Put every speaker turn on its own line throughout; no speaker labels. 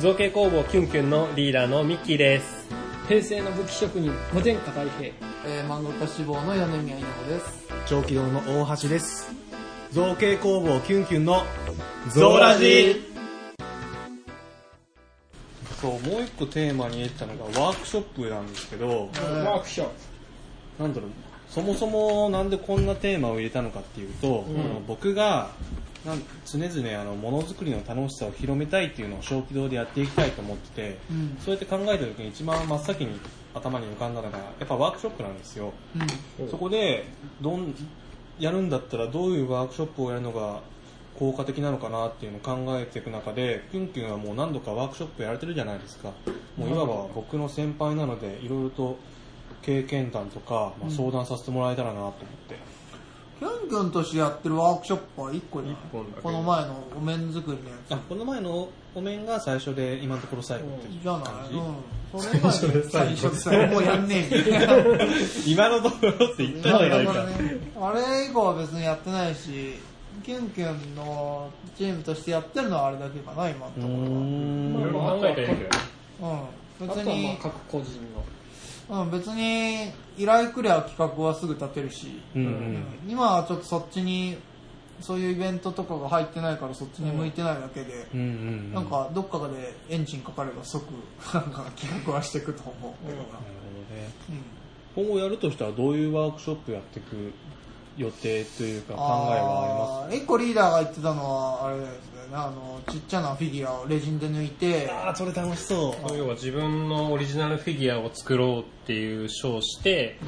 造形工房キュンキュンのリーダーのミッキーです。
平成の武器職人、無天下太平。
えー、漫画家志望の柳宮稲穂です。
長期堂の大橋です造形工房キュンキュンの
ゾーラジ
そうもう一個テーマに入れてたのがワークショップなんですけど
ワークショッ
なんだろうそもそもなんでこんなテーマを入れたのかっていうと、あの僕がなん常々あのものづくりの楽しさを広めたいっていうのを小規堂でやっていきたいと思ってて、
うん
そうやって考えた時に一番真っ先に頭に浮かんだのがやっぱワークショップなんですよ、そこでどんやるんだったらどういうワークショップをやるのが効果的なのかなっていうのを考えていく中でキュンキュンはもう何度かワークショップやられてるじゃないですかもういわば僕の先輩なのでいろいろと経験談とか、まあ、相談させてもらえたらなと思って、
キュンキュンとしてやってるワークショップは1個じゃない
一本だけ
この前のお面作りのや
あこの前のお面が最初で今のところ最後って
つ。じゃない
じ
うん。それが
それ最
最
初
初最後もうやんねえよ
今のところって言ったじゃないか、
あれ以降は別にやってないし、キュンキュンのチームとしてやってるのはあれだけかな、今のと
う
こ
ーん
いろいろ考えたらいいけどね。
ろは。うん。
プ。
別
あとはまあ
に、
各個人の。
うん、別に依頼くりゃ企画はすぐ立てるし、
うんうん
今はちょっとそっちに、そういうイベントとかが入ってないからそっちに向いてないだけで、
うんうん
なんかどっかでエンジンかかれば即なんか企画はしていくと思うけどな
なるほどね
うん
今後やるとしたらどういうワークショップやっていく予定というか考えはあ
あー一個リーダーが言ってたのはあれですねあのちっちゃなフィギュアをレジンで抜いて
りますああそれ楽しそ
要は自分のオリジナルフィギュアを作ろうっていう賞をして、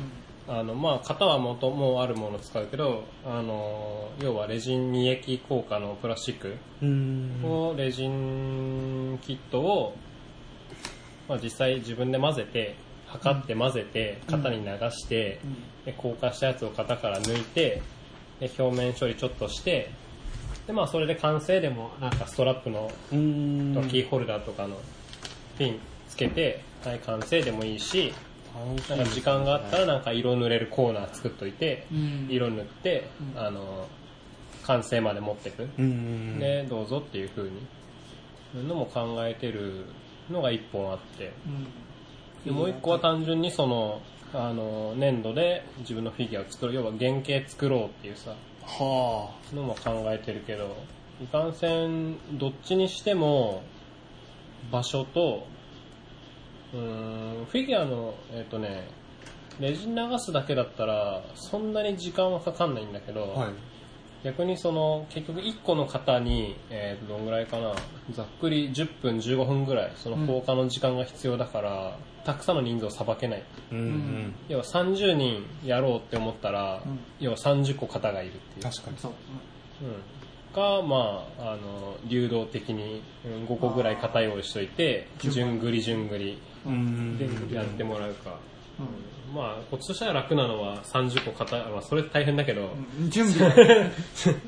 あの、まあ、型は元もあるものを使うけど、あの、要はレジン二液効果のプラスチック
ううん
を、レジンキットを、まあ、実際自分で混ぜて、測って混ぜて、型に流して、で硬化したやつを型から抜いてで表面処理ちょっとしてで、まあ、それで完成でもなんかストラップの
うん
キ
楽し
ーホルダーとかのピンつけて、はい、完成でもいいしなんか時間があったらなんか色塗れるコーナー作っといて
うん
色塗って、あの完成まで持ってく、
うんうん
でどうぞっていう風にそういうのも考えてるのが一本あって。
うん
でもう一個は単純にその、あの、粘土で自分のフィギュアを作る、要は原型作ろうっていうさ、
は
のも考えてるけど、いかんせん、どっちにしても、場所と、うーん、フィギュアの、えっ、とね、レジン流すだけだったら、そんなに時間はかかんないんだけど、
あはい
逆にその、結局1個の型に、えーと、どんぐらいかな、ざっくり10分、15分ぐらい、その放課の時間が必要だから、たくさんの人数をさばけない。
うんうん
要は30人やろうって思ったら、
うん
要は30個型がいるっていう。
確かに
そう
うん、か、まあ、あの、流動的にうん5個ぐらい型用意しといて、順繰り順繰り
う
でやってもらうか。まあ、こっちとしては楽なのは30個型、まあ、それ大変だけど、
うん準備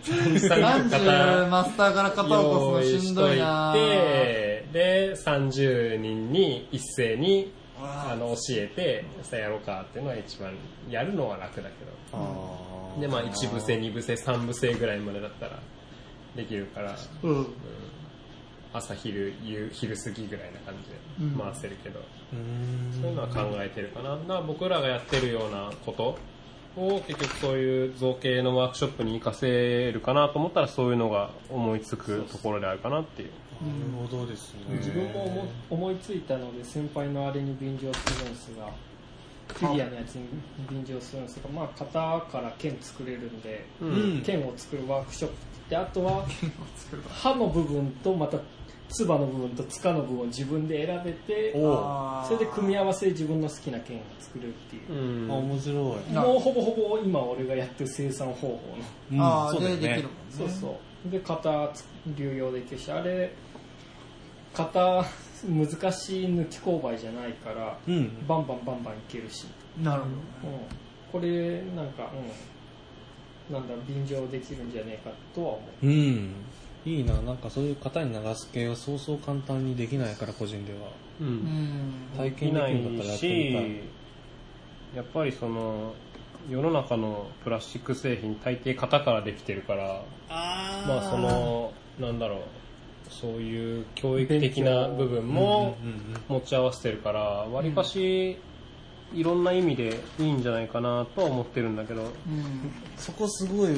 30
30マスターから肩を
用
落とす
意
のし
し
ん
と
ど
い
いな
て、で、30人に一斉に、
わあ
あの、教えて、さあやろうかっていうのは一番、やるのは楽だけど。
あー
で、まあ、1部制、2部制、3部制ぐらいまでだったらできるから、
うん
朝、昼、夕、昼過ぎぐらいな感じ
うん
で回せるけど、
うーん
そういうのは考えてるかな。だから僕らがやってるようなことを結局そういう造形のワークショップに活かせるかなと思ったらそういうのが思いつくところであるかなっていう。
なるほどですね
自分も思思いついたので、先輩のあれに便乗するんですが、フィギュアのやつに便乗するんですが、まあ、型から剣作れるんで、
うん
ん
剣を作るワークショップで、あとは、刃の部分と、また、つばの部分とつかの部分を自分で選べて、
おう
あー
それで組み合わせで自分の好きな剣を作るっていう
あ
う。
ん。
面白い
なるほど
もうほぼほぼ今俺がやってる生産方法の。
うん
あ
そ
あ
うだよ
で
ね
できるもんね
そうそう。で、型流用できるし、あれ、型、難しい抜き勾配じゃないから、
うん
バンバンバンバンいけるし、
なるほどね
うん、これ、なんか、うん、なんだ、便乗できるんじゃねえかとは思う。
うんいいななんかそういう型に流す系はそうそう簡単にできないから個人では
う。
うんん
体
でき
験で
な
きるん
い
だったらやってみたい
し、やっぱりその、世の中のプラスチック製品大抵型からできてるから、
あ
まあその、なんだろう、そういう教育的な部分も
うんうんうん
持ち合わせてるからわりかしいろんな意味でいいんじゃないかなとは思ってるんだけど
うん
そこすごい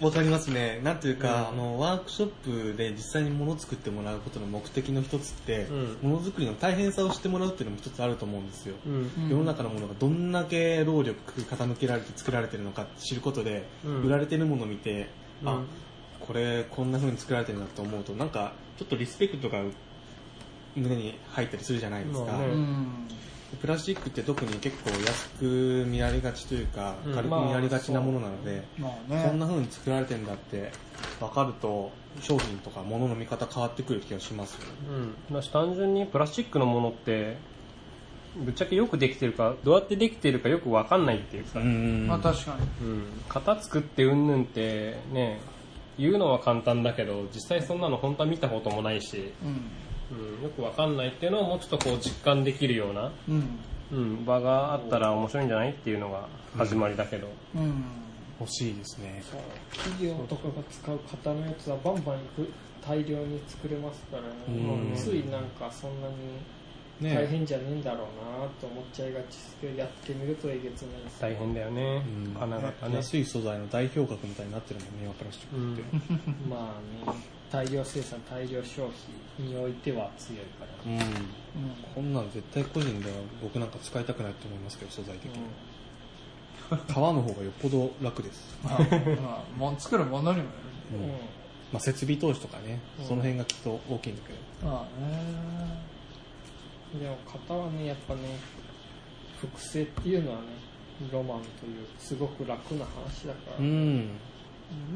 わかりますね。なんていうか、あの、ワークショップで実際にもの作ってもらうことの目的の一つって、
うん
ものづくりの大変さを知ってもらうっていうのも一つあると思うんですよ。
うん
うん
世の中のものがどんだけ労力傾けられて作られてるのかって知ることで、
うん
売られてるものを見て、
う
あ
ん
これこんな風に作られてるなと思うとなんかちょっとリスペクトが胸に入ったりするじゃないですか、
まあね
うん
プラスチックって特に結構安く見られがちというか
うん
軽く見られがちなものなので、
まあ
こん
ね
な風に作られてんだって分かると商品とか物の見方変わってくる気がしますよね
うん、だし単純にプラスチックのものってぶっちゃけよくできてるかどうやってできてるかよくわかんないっていうか、
まあ確かに
うん、型作ってうんぬんってね言うのは簡単だけど実際そんなの本当は見たこともないし、
う
うん、よくわかんないっていうのをもうちょっとこう実感できるような、
んうん
うん、場があったら面白いんじゃないっていうのが始まりだけど、
うん
欲しいですね
企業とかが使う型のやつはバンバンいく大量に作れますからね、
うん
ついなんかそんなに
ね
大変じゃねえんだろうなと思っちゃいがちですけどやってみるとえげつないです
大変だよね、
うん
なかなかね、
安い素材の代表格みたいになってるもんね、プラスチックって。
まあね大量生産大量消費においては強いから
うん
うん
こんなの絶対個人では僕なんか使いたくないと思いますけど、素材的に。革の方がよっぽど楽です。
まあまあもん作るものにもよ
う
うんん、うん
まあ、設備投資とかね、
うん
その辺がきっと大きいんだけど。
るまあね
でも型はねやっぱね複製っていうのはねロマンというすごく楽な話だから、
ん。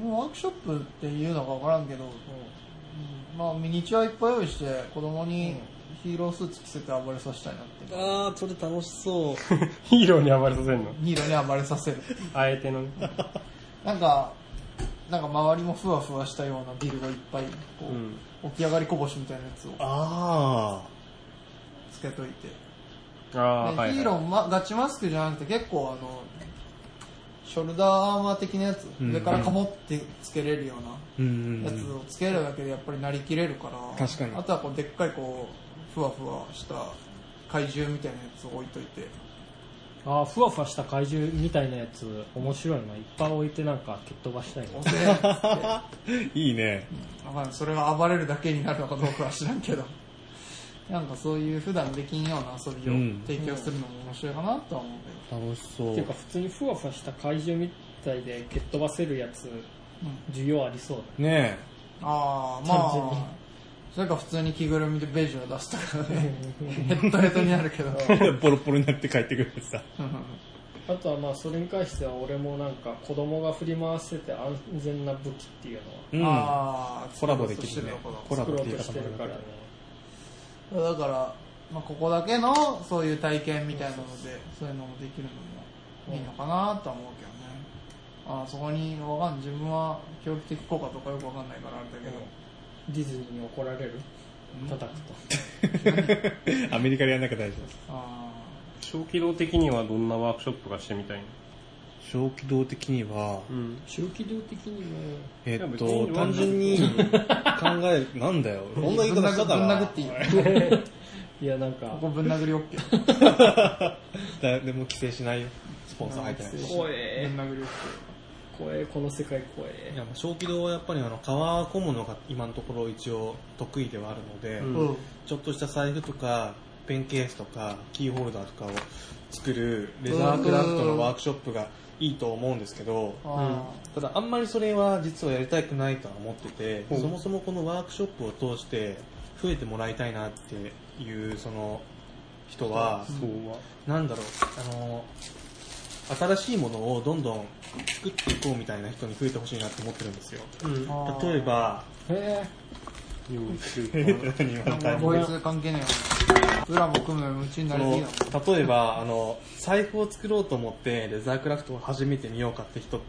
もうワークショップっていうのか分からんけど、
う
うんまあミニチュアいっぱい用意して子供
う
に
ん
ヒーロースーツ着せて暴れさせたいなって
あー、それ楽しそう。
ヒーローに暴れさせるの
ヒーローに暴れさせる
あえてのね
なんかなんか周りもふわふわしたようなビルがいっぱいこう、
うん
起き上がりこぼしみたいなやつを
あ
つけといて
ああはい、はい、
ヒーロー、ま、ガチマスクじゃなくて結構あのショルダーアーマー的なやつ、
うん
上からかもってつけれるよう
ー。うん
なやつをつけるだけでやっぱりなりきれるから、
確かに
あとはこうでっかいこうふわふわした怪獣みたいなやつを置いといて
ん、ああふわふわした怪獣みたいなやつ面白いないっぱい置いてなんか蹴っ飛ばしたいな
押せっつってわ
いいね。
かんないそれが暴れるだけになるのかどうかは知らんけど なんかそういう普段できんような遊びを
うん
提供するのも面白いかなとは思う
楽しそ
っていうか普通にふわふわした怪獣みたいで蹴っ飛ばせるやつ
けど、うん
需要ありそうだ
ね
ああま
単純に
あそれか普通に着ぐるみでベージュを出すとかねヘッドヘッドになるけど
え。ボロボロになって帰ってくるさ。
あとはまあそれに関しては俺もなんか子供が振り回せて安全な武器っていうのは
うん。
ああ
コラボできるね。コラ
作
ボ
ろ
っ
う
ていう
と
か
してるからね
だから、まあ、ここだけのそういう体験みたいなのでそういうのもできるのもいいのかなとは思うけどねあーそこにわかん自分は教育的効果とかよくわかんないからあれだけど、
ディズニーに怒られる叩くと
アメリカでやんなきゃ大丈夫です。
あ
小軌道的にはどんなワークショップがしてみたいの
小気道的には、
うん
中軌道的にも
え
いや
っ
別に
と、単純に考え、なんだ よ。こんな言い
ぶん
方
殴
したか
ぶん
ら
殴っていいよ
いやなん
こ
か
こぶん殴り OK
誰でも規制しないよ。スポンサー入ってないし。
怖
ぶ
え
ん殴り OK
怖えこの世界怖
い
え
や、小気道はやっぱりあの、革小物が今のところ一応得意ではあるので、
うん
うん
ちょっとした財布とか、ペンケースとか、キーホルダーとかを作るレザークラフトのワークショップがいいと思うんですけど、
あ
ただあんまりそれは実はやりたくないとは思ってて、そもそもこのワークショップを通して増えてもらいたいなっていうその人は、
そうは
なんだろう、あの、新しいものをどんどん作っていこうみたいな人に増えてほしいなって思ってるんですよ。
うん
ーあー
例えば、
え
用意する
何今のタイミン
こ
グ
いつ関係ねえよ。裏も組むのに夢中にな
そ
りすぎだ
の例えばあの財布を作ろうと思ってレザークラフトを始めてみようかって人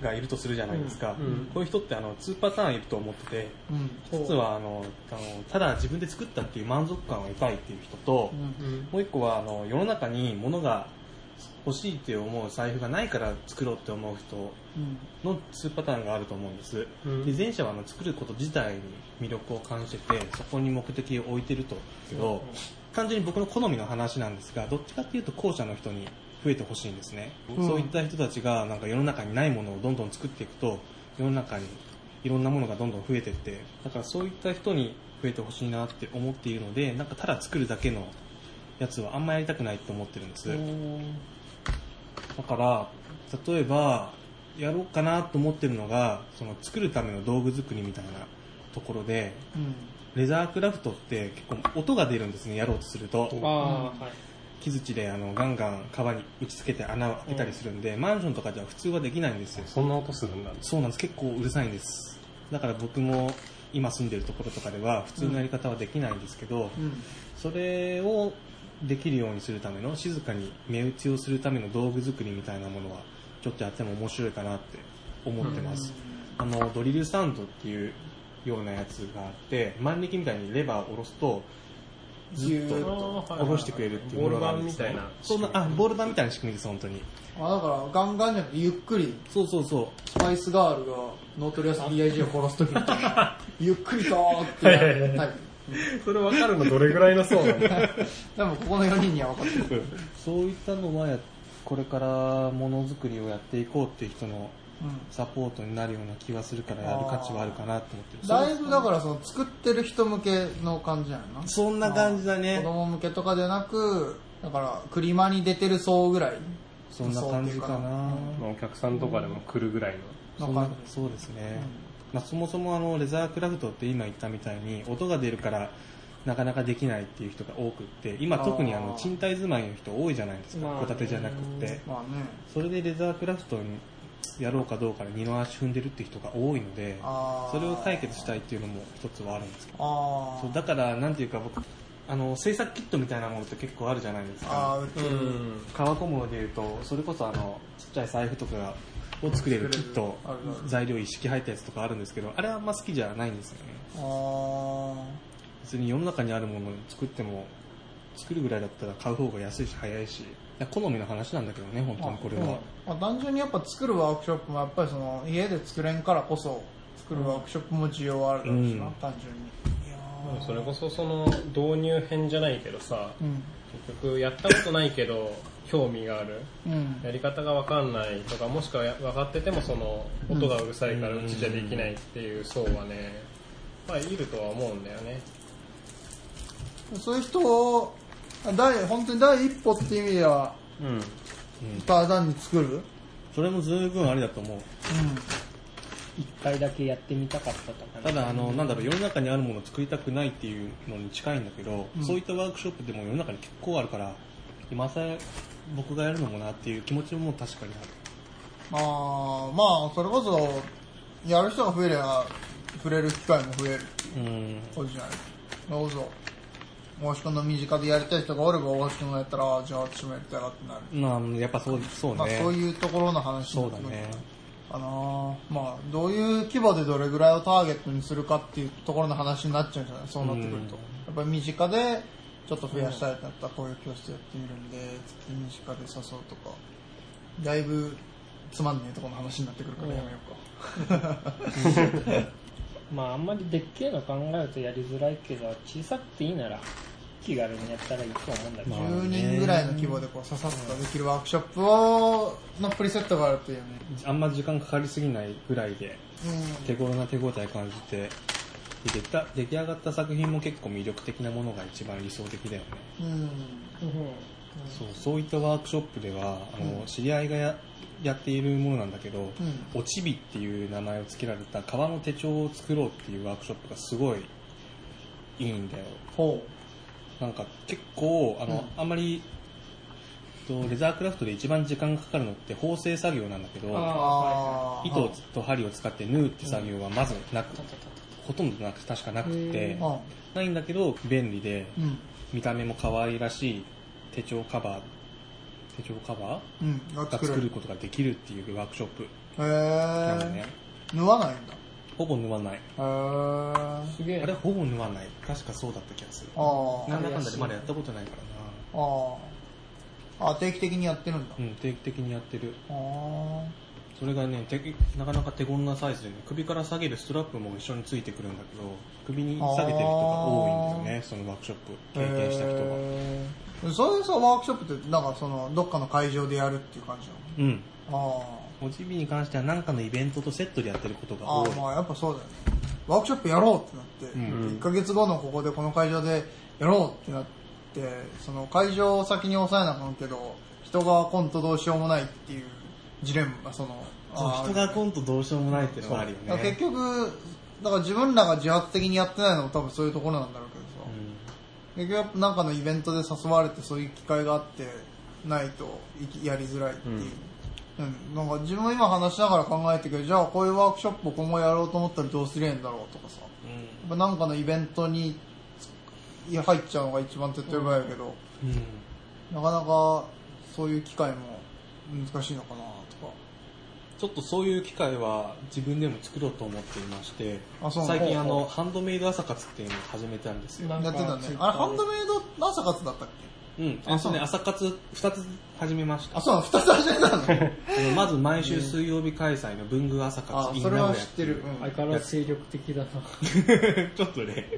がいるとするじゃないですか、
うんうん
こういう人ってあの2パターンいると思ってて
もん。
ほう
実はあのあのただ自分で作ったっていう満足感を得たいっていう人と、
うん。
うん
もう一個はあの世の中に物が欲しいって思う財布がないから作ろうって思う人
うん
の2パターンがあると思うんです、
うん
で前者はあの作ること自体に魅力を感じててそこに目的を置いてるとけど、単純に僕の好みの話なんですがどっちかっていうと後者の人に増えてほしいんですね、
うん
そういった人たちがなんか世の中にないものをどんどん作っていくと世の中にいろんなものがどんどん増えてってだからそういった人に増えてほしいなって思っているのでなんかただ作るだけのやつはあんまやりたくないと思ってるんです、だから例えばやろうかなと思ってるのがその作るための道具作りみたいなところで
うん
レザークラフトって結構音が出るんですねやろうとすると
ああ、はい。
木槌であのガンガン川に打ち付けて穴を開けたりするんで、マンションとかじゃ普通はできない んですよ
そんな音するんだ
そうなんです結構うるさいんですだから僕も今住んでるところとかでは普通のやり方はできないんですけど、
うん
それをできるようにするための静かに目打ちをするための道具作りみたいなものはちょっとやっても面白いかなって思ってます、あのドリルスタンドっていうようなやつがあって万力みたいにレバーを下ろすとずっと下ろしてくれるっていうものがあるんですよ
ボール盤みたいな
そんなあボール盤みたいな仕組みです本当に
あだからガンガンじゃなくてゆっくり
そうそうそ
スパイスガールがノートリアス B.I.G. を殺すときみたいなゆっくりとーってやるタイプ
それ分かるのどれぐらいの層なの
多分ここの4人には分かってる
うそういったのはやこれからものづくりをやっていこうっていう人の
うん
サポートになるような気はするからやる価値はあるかなと思ってる
だいぶだからその作ってる人向けの感じやな
そんな感じだね
子供向けとかではなくだからクリマに出てる層ぐらい
そんな感じか な
まあお客さんとかでも来るぐらいの
そう
そ
んな
な
感じ
そうですね、まあ、そもそもあのレザークラフトって今言ったみたいに音が出るからなかなかできないっていう人が多くって今特にあ
あ
の
ー
賃貸住まいの人多いじゃないですか
まあ
戸建てじゃなくって
まあね
それでレザークラフトにやろうかどうかで二の足踏んでるって人が多いので
あー
それを解決したいっていうのも一つはあるんですけど
あ
そうだからなんていうか僕あの制作キットみたいなものって結構あるじゃないですか
あー売ってる
革小物でいうとそれこそあのちっちゃい財布とかを作れるキット
あるある
材料一式入ったやつとかあるんですけどあれはあんま好きじゃないんですよね
あー
別に世の中にあるものを作っても作るぐらいだったら買う方が安いし早いしいや好みの話なんだけどね本当にこれは、
まあ、単純にやっぱ作るワークショップもやっぱりその家で作れんからこそ作るワークショップも需要はあるだろうしな、
うん
単純にいやー
それこそその導入編じゃないけどさ
うん
結局やったことないけど興味がある
うん
やり方が分かんないとかもしくはや分かっててもその音がうるさいからうちじゃできないっていう層はね、まあ、いるとは思うんだよね
そういう人を第本当に第一歩っていう意味では
うん
うん
ただ単に作る、うん、
それも十分ありだと思う
一回だけやってみたかったとかね
ただあのなんだろう世の中にあるものを作りたくないっていうのに近いんだけど、
うん
そういったワークショップでも世の中に結構あるから今さ僕がやるのもなっていう気持ちも確かにある
まあまあそれこそやる人が増えれば触れる機会も増える
うん
そうじゃないどうぞ大橋君の身近でやりたい人がおれば大橋君がやったらあーじゃあ私もやりたいなってなる、
まあやっぱそうそうね、
まあ、そういうところの話
そう
に
だ
なってくる
ね
あのーまあどういう規模でどれぐらいをターゲットにするかっていうところの話になっちゃうんじゃないそうなってくると、
うん
やっぱり身近でちょっと増やしたいってなったらこういう教室やってみるんで月身近で誘うとかだいぶつまんねえとこの話になってくるからやめようか、
まああんまりでっけえの考えるとやりづらいけど小さくていいなら気軽にやったらいいと思うんだけど、
まあね
10人ぐらいの規模でこうささっとできるワークショップをのプリセットがあるというね、
あんま時間かかりすぎないぐらいで手頃な手応え感じてで出た出来上がった作品も結構魅力的なものが一番理想的だよね
うんうん
そうそういったワークショップではあの、知り合いがややっているものなんだけど、おちびっていう名前を付けられた革の手帳を作ろうっていうワークショップがすごいいいんだよ
ほ
なんか結構あの、あんまりとレザークラフトで一番時間がかかるのって縫製作業なんだけど
う
あ
あー
糸と針を使って縫うって作業はまずなく、ほとんどなく確かなくて
うん
あ
ないんだけど便利で
うん
見た目も可愛らしい手帳カバー手帳カバ
うんが
ーが
作
作る
る
ことができるっていうワークショップ
へ
なのね
え、縫わないんだ
ほぼ縫わない
へー
すげえ
あれほぼ縫わない確かそうだった気がする
あー
なんだかんだでまだやったことないからな
ああ定期的にやってるんだ、
うん、定期的にやってる
あー
それがねてなかなか手頃なサイズでね首から下げるストラップも一緒についてくるんだけど首に下げてる人が多いんだよねそのワークショップ経験した人が、
へーそういうさワークショップってなんかそのどっかの会場でやるっていう感じな
うん
の
おちびに関しては何かのイベントとセットでやってること
あーあ
が多い
ーまあやっぱそうだよねワークショップやろうってなって、
うん
うん
1ヶ月後のここでこの会場でやろうってなってその会場を先に抑えなあかんけど人がコントどうしようもないっていうジレンマそのあー
そう人がコントどうしようもないっていうのがあるよ
だから
ね
結局だから自分らが自発的にやってないのも多分そういうところなんだろうけどさ、結局やっぱなんかのイベントで誘われてそういう機会があってないといきやりづらいっていう、うんなんか自分も今話しながら考えてけどじゃあこういうワークショップを今後やろうと思ったらどうすりゃいいんだろうとかさや
うん
っぱなんかのイベントにいや入っちゃうのが一番手っ取り早いけど、
うん
なかなかそういう機会も難しいのかなとか
ちょっとそういう機会は自分でも作ろうと思っていまして
あそう
最近あ
ほうほ
のハンドメイド朝活っていうのを始めたんですよ、
なん
や
か
ってたね
ツイッタ
あれ
ーで
ハンドメイド朝活だったっけ
うん、
あ
あそうね
そう
朝活2つ始めました
あそうなの2つ始めたの
あのまず毎週水曜日開催の文具朝
あ
活
それは知っ
in
てる、うん
相変わらず精力的だな
ちょっとね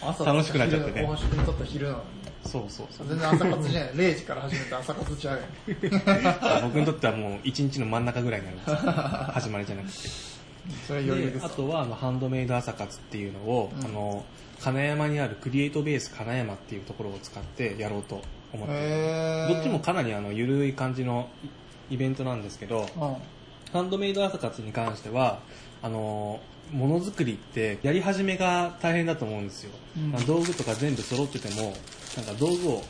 朝
楽しくなっちゃってね
大橋君にとっては昼なのに
そうそうそう
全然朝活じゃない0時から始めて朝活じゃない
僕にとってはもう一日の真ん中ぐらいになるん ですよ始まりじゃなくて
それは余裕で
ですあとはあのハンドメイド朝活っていうのを、
うん
あの金山にあるクリエイトベース金山っていうところを使ってやろうと思っています
へー
どっちもかなりあの緩い感じのイベントなんですけどハンドメイド朝活に関してはあのものづくりってやり始めが大変だと思うんですよ、
うん
あの道具とか全部揃っててもなんか道具を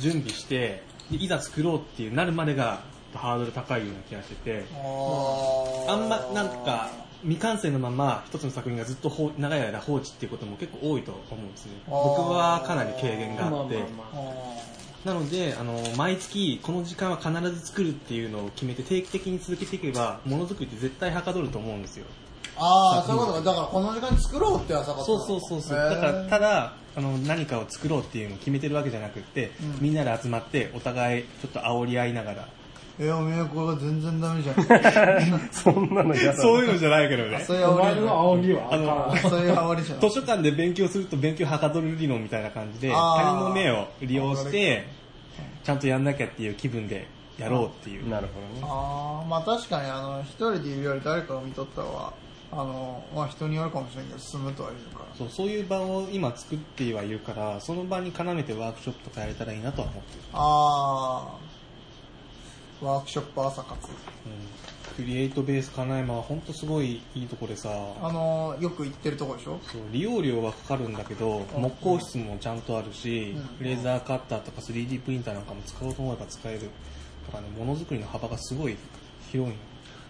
準備してでいざ作ろうっていうなるまでがハードル高いような気がしてて、
うん
あんまなんか未完成のまま一つの作品がずっと放長い間放置っていうことも結構多いと思うんですね
あー
僕はかなり軽減があって
まあまあ
あ
まあ
なのであの毎月この時間は必ず作るっていうのを決めて定期的に続けていけばものづくりって絶対はかどると思うんですよ
あーそういうことかだからこの時間に作ろうって朝活
そうそうそうそうだからただあの何かを作ろうっていうのを決めてるわけじゃなくって、
うん
みんなで集まってお互いちょっと煽り合いながら
えおめえこれは全然ダメじゃん
そんなの嫌だな。
そういうのじゃないけどね
そういう
お
煽
前
りじゃ
の煽りはあか
あ
ん
の
ないそういう煽りじゃない
図書館で勉強すると勉強はかどる理論みたいな感じで
あー
他人の目を利用してちゃんとやんなきゃっていう気分でやろうっていう、
なるほどね。
ああまあ確かにあの一人でいるより誰かを見とったはあのまあ人によるかもしれんけど進むとは言うから
そうそういう場を今作ってはいるからその場に絡めてワークショップとかやれたらいいなとは思ってる、
ああワークショップ朝活
クリエイトベース金山は本当すごいいいとこでさ
あのよく行ってるとこでしょ
そう利用料はかかるんだけど木工室もちゃんとあるし、
うん
レーザーカッターとか 3D プリンターなんかも使おうと思えば使えるとかねものづくりの幅がすごい広いの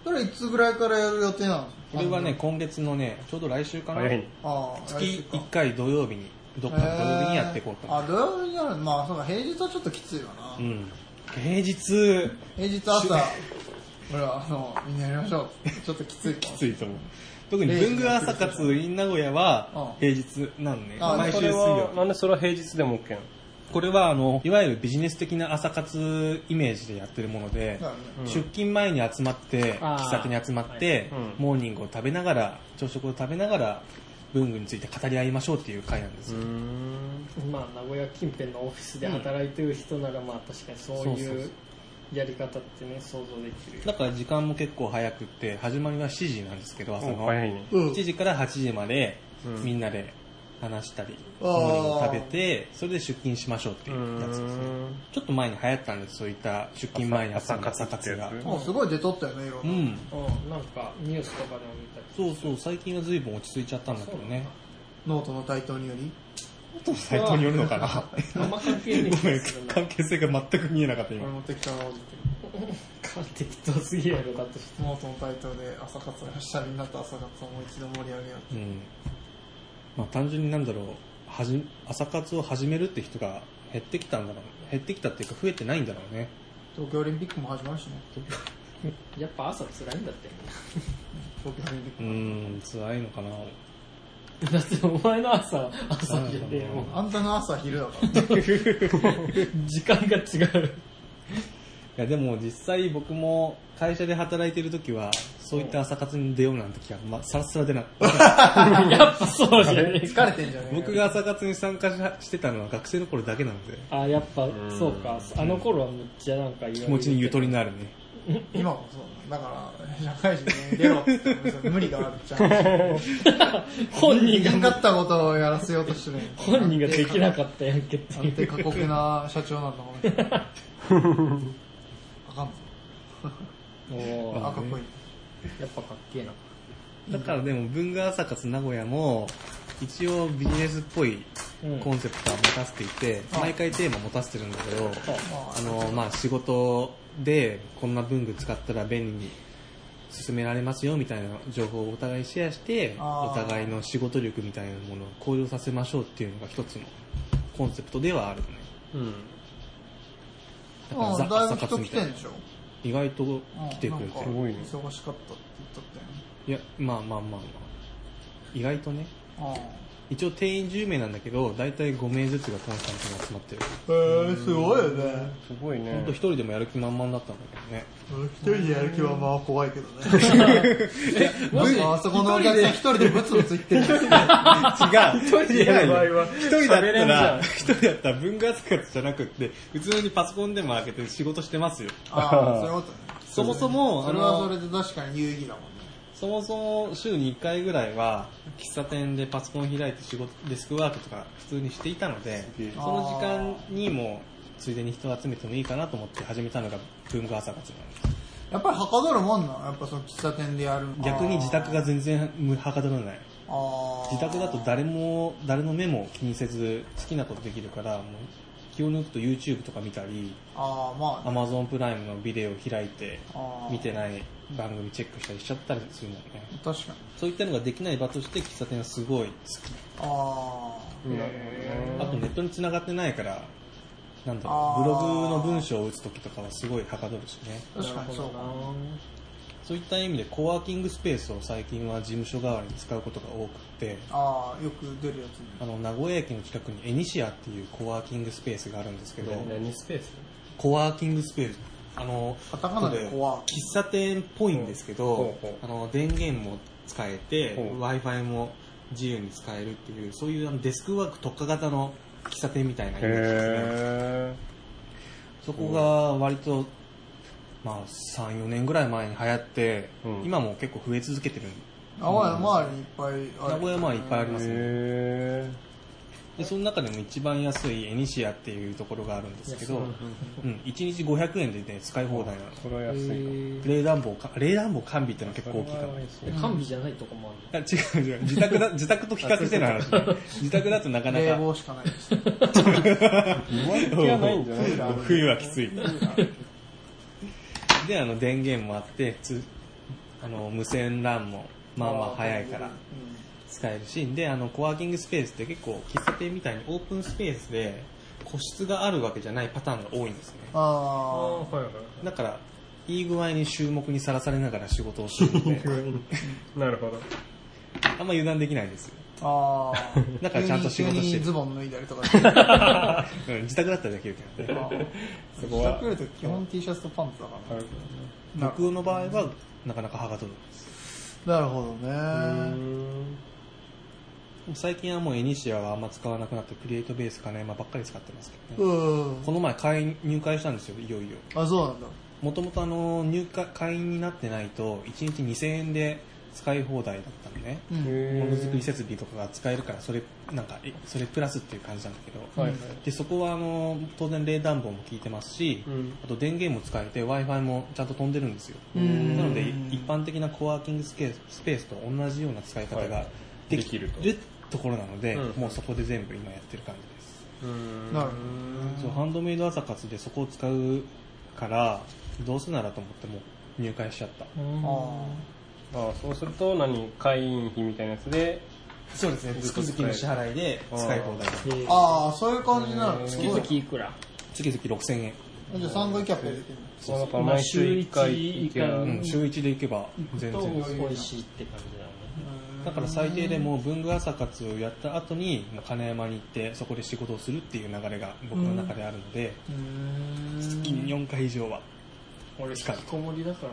それいつぐらいからやる予定なの
これはね今月のねちょうど来週かな
早いね。
ああ
月1回土曜日にどっかの土曜日にやっていこうと思
あ土曜日にやるまあそうか平日はちょっときついよな、
う、うん、平日
平日朝 ほらあのみんなやりましょうちょっときついき
ついと思う特に文具朝活 in 名古屋は
う
平日なのね
あ
毎
そ
週水
れは、
曜
なんでそれは平日でも OK なの
これはあのいわゆるビジネス的な朝活イメージでやってるもので、
だよね
出勤前に集まって
あー
喫茶店に集まって、
はいうん
モーニングを食べながら朝食を食べながら文具について語り合いましょうっていう会なんですよ、
ん。
まあ、名古屋近辺のオフィスで働いてる人なら、まあ確かにそう
そうそう
い
そう
やり方ってね想像できるよ
だから時間も結構早くって始まりは7時なんですけど朝の、
早いね。
うん
7時から8時まで
うん
みんなで話したり、
あー
モーニングを食べてそれで出勤しましょうって
う
いうやつですね
ん。
ちょっと前に流行ったんですそういった出勤前に朝の
朝
朝
朝活
活
ってや
が
つ
もうすごい出とったよねいろ
う
い
ん
うん、なんかニュースとかでも見たり
そうそう最近は随分落ち着いちゃったんだけどね
ろノートの台頭により
サイトによるの かな
あんま関係ない
ごめん
する な
関係性が全く見えなかった
こ
今
れ持ってきたのを
適当すぎやろだとして
ノートの台頭で朝活がしたりになった朝活をもう一度盛り上げよう
うんまあ、単純になんだろうはじ朝活を始めるって人が減ってきたんだろう減ってきたっていうか増えてないんだろうね
東京オリンピックも始まるしね
やっぱ朝辛いんだって
東京オリンピッ
う
クも、
ん辛いのかな
だってお前の朝朝じゃねえもん
あんたの朝は昼だから
時間が違う
いやでも実際僕も会社で働いてる時はそういった朝活に出ようなんて気は、まあ、さらさら出なかった
やっぱそうじゃねえ
疲れてんじゃねえ
僕が朝活に参加ししてたのは学生の頃だけなので
あやっぱそうかあの頃はめっちゃなんか気
気持ちにゆとりのあるね
今もそうだから社会人ね出ろって言っても無理があるじ ゃん
本人
できな
が
かったことをやらせようとしてる
本人ができな
っ
かったやんけっ て
たないんて
う
過酷な社長なんだこの人あかんぞ
おー
あかっこいい
やっぱかっけえな
だからでも文化朝活名古屋も一応ビジネスっぽい
うん
コンセプトは持たせていて、
あ
毎回テーマ持たせてるんだけど
あ
あのまあ仕事でこんな文具使ったら便利に進められますよみたいな情報をお互いシェアして
あー
お互いの仕事力みたいなものを向上させましょうっていうのが一つのコンセプトではあるね
うん
だから
うんだ
ザ
いぶ
朝活
人
み
来
た
て
い
ん
な
でしょ
意外と来
うん
てくれて
なんか
る
ごいね
忙しかったって言っとったよね
いやまあまあまあまあ意外とね
あ
一応定員10名なんだけど大体5名ずつがコンスタントに集まってる
あへえすごいよね
すごいね
本当一人でもやる気満々だったんだけどね
一人でやる気はまあ怖いけ どねもしあそこのお客さん一人でブツブツ言ってる んです よ
違う。一人
やばいわ
一人だっ
喋れ
た
んじゃ
ら、
ん
一人だったら文化扱いじゃなくって、普通にパソコンでも開けて仕事してますよ。
ああそういうことね
そもそも、
そ
あ
れはそ
の、
れで確かに有意義だもんね
そもそも週に1回ぐらいは、喫茶店でパソコン開いて仕事、デスクワークとか普通にしていたので、
げえ
その時間にも、ついでに人を集めてもいいかなと思って始めたのが文化朝活なんです。
やっぱりはかどるもんなんやっぱその喫茶店でやる
逆に自宅が全然無はかどらない。
あー
自宅だと誰も、誰の目も気にせず好きなことできるから、もう気を抜くと YouTube とか見たり、
あーまあ、
アマゾンプライムのビデオを開いて、
あー
見てない番組チェックしたりしちゃったりするんだよね。
確かに
そういったのができない場として喫茶店はすごい好き。
あ
なるほ
あ
ど
と
ね
ネットに繋がってないから、なんだ
あ
ろ
ー
う、ブログの文章を打つときとかはすごいはかどるしね。
あ確かにそうかも
そういった意味でコワーキングスペースを最近は事務所代わりに使うことが多くて、
ああよく出るやつ
あの、名古屋駅の近くにエニシアっていうコワーキングスペースがあるんですけど、
何スペース
コワーキングスペース。あの、
カタカナでコワーキ
喫茶店っぽいんですけど
ほうほ、う
あの、電源も使えて、
ほう
Wi-Fi も自由に使えるっていう、そういうあのデスクワーク特化型の喫茶店みたいなイメージですね。
へ
そこが割と、まあ、3、4年ぐらい前に流行って、
うん
今も結構増え続けてる。
名古屋周りにいっぱいある
名古屋周りいっぱいありますね。
え
で、その中でも一番安いエニシアっていうところがあるんですけど、うん、1日500円でね、使い放題なの。
それは安いかも
冷暖房か、冷暖房完備っていうのは結構大きいかも。
え完備じゃないとこもある
いや違う違う。自 宅だ、自宅と比較しての話ね。自宅だとなかな
冷
か。
房しかないです ね
気はないんじゃない
い
冬はきつい。で、あの、電源もあって、つあの、無線 LAN も、まあまあ早いから使えるし、で、あの、コワーキングスペースって結構、喫茶店みたいにオープンスペースで、個室があるわけじゃないパターンが多いんですね。
あ
はいは
だから、いい具合に注目にさらされながら仕事をしてるので、
いなるほど
あんま油断できないんで すよ。
あああ
だからちゃんと仕事してる
急にズボン脱いだりとかしてあ
うん、自宅だったらできるけどね。
ー
そこ
自
は
宅来ると基本 T シャツとパンツだからねな
僕の場合は、なかなかはがとるんです。
なるほど
う
ね
ん
最近はもうエニシアはあんま使わなくなってクリエイトベース金山ばっかり使ってますけどね、
うん
この前会員入会したんですよいよいよ
あそうなんだ
もともとあの入会会員になってないと1日2000円で使い放題だったのね
うん
ものづくり設備とかが使えるからそれなんかえそれプラスっていう感じなんだけど、
はいはい
でそこはあの当然冷暖房も効いてますし、
うん
あと電源も使えて w i f i もちゃんと飛んでるんですよ
うん
なので一般的なコワーキングスペーススペースと同じような使い方
はい
ができ
できる
るところなので、
うん
もうそこで全部今やってる感じです、
うん
なるほ
そうハンドメイド朝活でそこを使うからどうせならと思ってもう入会しちゃった
どね
ああそうすると何会員費みたいなやつで
そうですね
月々
月々
の
の
支
支払いで使い放題
えー
あーあーそういう感じなのす
月
ごい
々いくら
月々6000円、
じゃあ3回キャップでできる
そのまあ毎週1回行けば
う
うんん、週1で行けば全
と
然
美味しいって感じだよね
の
だから最低でも文具朝活をやった後にまあ金山に行ってそこで仕事をするっていう流れが僕の中であるので、
うん
月に4回以上は
俺引きこもりだからな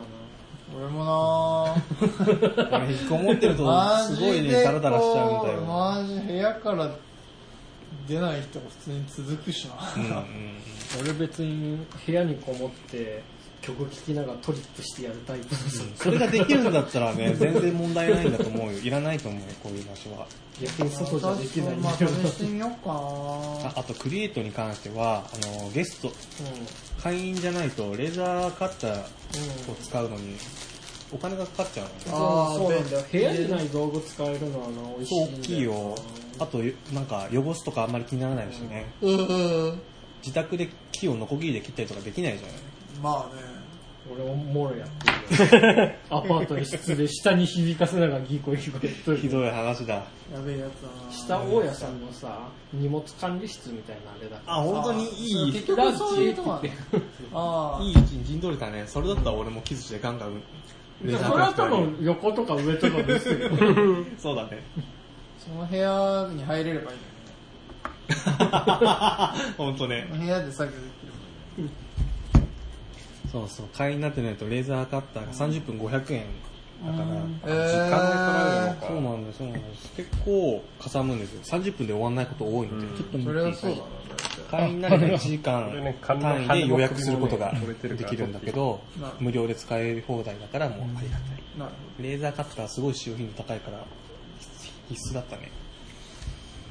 俺もな
俺引きこもってると
マ
す
ジ
ごいね
で
ダラダラしちゃうんだよ、
こうマジ部屋から出ない人が普通に続くし
うんう
な、
ん
俺別に部屋にこもって曲聴きながらトリップしてやるタイプの人
それができるんだったら ね、全然問題ないんだと思うよ。いらないと思うよ、こういう場所は。
逆に外じゃできないん
ま
だ
あ
け
試
ど
してみようか
ああと、クリエイトに関しては、あの、ゲスト、
う
会員じゃないと、レーザーカッター
ん
を使うのに、お金がかかっちゃうのね。
あー
そうなんだよ部
便利
屋にない道具使えるのはな美味しい
大
んだな
きいよ。あと、なんか、汚すとかあんまり気にならないしね。
なうんうん
自宅で木をノコギリで切ったりとかできないじゃない
まあね
俺ももろやってるよアパートの室で下に響かせながらギコギコやっと
ひ
るよ
どい話だ。
やべえやつだな
下大家さんのさ荷物管理室みたいなあれだから
あ、本当にいい
結、局そういうとこなんだ
ランチ
ああ
いい位置に陣取れたね。それだったら俺も木槌でガンガン。
でそれは多分横とか上とかですよ
そうだね。
その部屋に入れればいいの
本当ね。
にね部屋で作業できる
そうそう、会員になってないとレーザーカッターが30分500円だか
う
ら、
ん
時間が
え
取られるのか。そうなんです、そうなんです。結構かさむんですよ。30分で終わらないこと多いので、
うん
ちょっと見
そ
て
れはそうだ
会員になれば1時間
これね
単位で予約することが
紙の紙のね
できるんだけど
取れてるから、
無料で使え放題だからもうありがたい。
ななる
レーザーカッターすごい使用頻度高いから、必須だったね。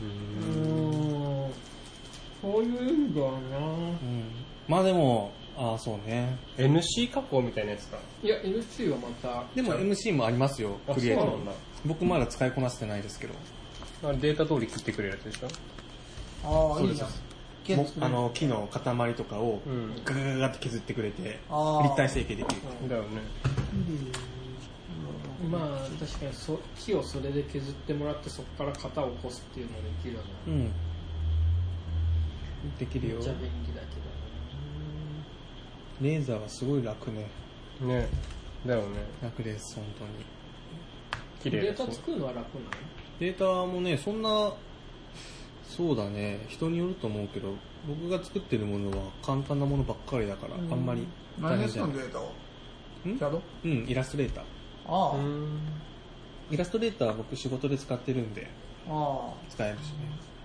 うんそういう意味だな
うん。まあでも、ああ、そうね。
NC 加工みたいなやつか。
いや NC はまた
でも MC もありますよ、クリエイト
あ
に
そうなんだ
僕まだ使いこなせてないですけど。
あれデータ通り切ってくれるやつでしょ
ほどああいいじゃん
も
剣作れ
あ
る
の木の塊とかを
うん
ガガガガって削ってくれて
あー
立体成形できる
だよね。
まあ確かにそ木をそれで削ってもらってそこから型を起こすっていうのができるよね
うんできる
め
よ
っちゃ便利だけど
レーザーはすごい楽ね
ねだよね。
楽です本当に
綺麗
デ
で
ー
すね
タ作るのは楽なの
データもねそんなそうだね人によると思うけど僕が作ってるものは簡単なものばっかりだから、あんまり
何ですか
大
の
変
デ
じ
ータを
ん
シャド
ゃないうんイラストレーター
ああ、
イラストレーターは僕仕事で使ってるんで
あ
使えるしね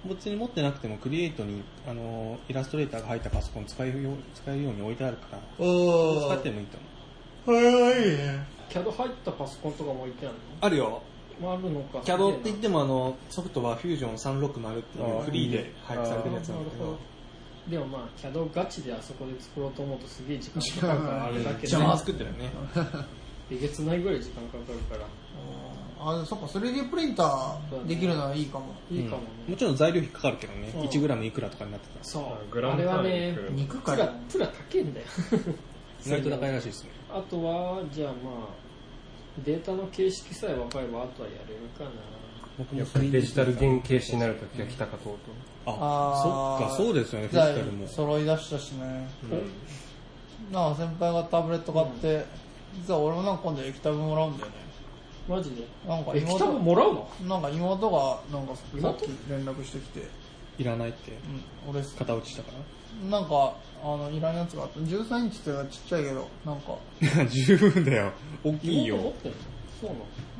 別に持ってなくてもクリエイトにあのイラストレーターが入ったパソコン使えるよう使えるように置いてあるから
あお
使
ー
ってもいいと思う
これはいいね
CAD 入ったパソコンとかも置いてある
あるよ
の、まあ、あるのか
CAD って言ってもあのソフトは Fusion360 っていうフリーで配布されてるやつなんだけ
あーな
ど
るでもまあ CAD ガチであそこで作ろうと思うとすげえ時間かかるからあれだけど
邪魔作ってるよね
えげつないぐらい時間かかるから
あそっか 3D プリンターできるのはいいかも
いいかもね、
もちろん材料費かかるけどね
うん
1g いくらとかになってた
そう
グラ
あ
ム
れは
単位い
ね
くら
肉
プ
か
ラ
よ
プラ高えんだよ
意外と高いらしいですね
あとはじゃあまあデータの形式さえ分かればあとはやれるかな
僕
や
も
っぱりデジタル原型師になるときは来たかとうと。
あそっかそうですよねフィジカルも
材揃い出したしね
うん
なんか先輩がタブレット買って、実は俺もなんか今度液タブもらうんだよね
マジで
なんか
え来
妹
たのもらうの
なんか妹がなんかさっ
妹
き連絡してきて、
いらないって
うん、俺
型落ちしたか
なんかあのいらんやつがあった13インチってのはちっちゃいけどなんから
十分だよ大きいよ
妹持ってんのそう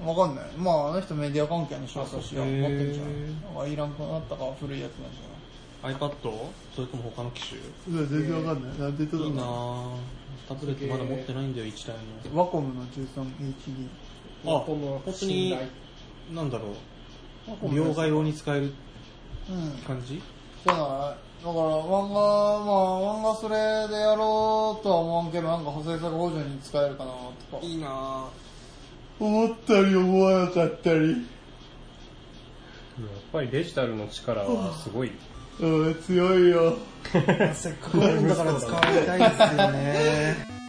なの
わかんないまああの人メディア関係の仕事だし
あ
持
そう
ってるじゃ
へ
ん
ー
なんかいらんくなったから古いやつなんじ
iPad? それとも他の機種
ゃない全然わかんないなんで
いいなぁタブレットまだ持ってないんだよ1台
ワコムの 13HD
もあ
この
本当
信
に
頼
なんだろう両替用に使える
うん
感じ
そうだね。だから、漫画、まあ、漫画それでやろうとは思わんけど、なんか補正作補助に使えるかなとか。
いいなぁ
思ったり思わなかったり、
やっぱりデジタルの力はすごい。
うん、強いよ。
せっかくだから使いたいですよね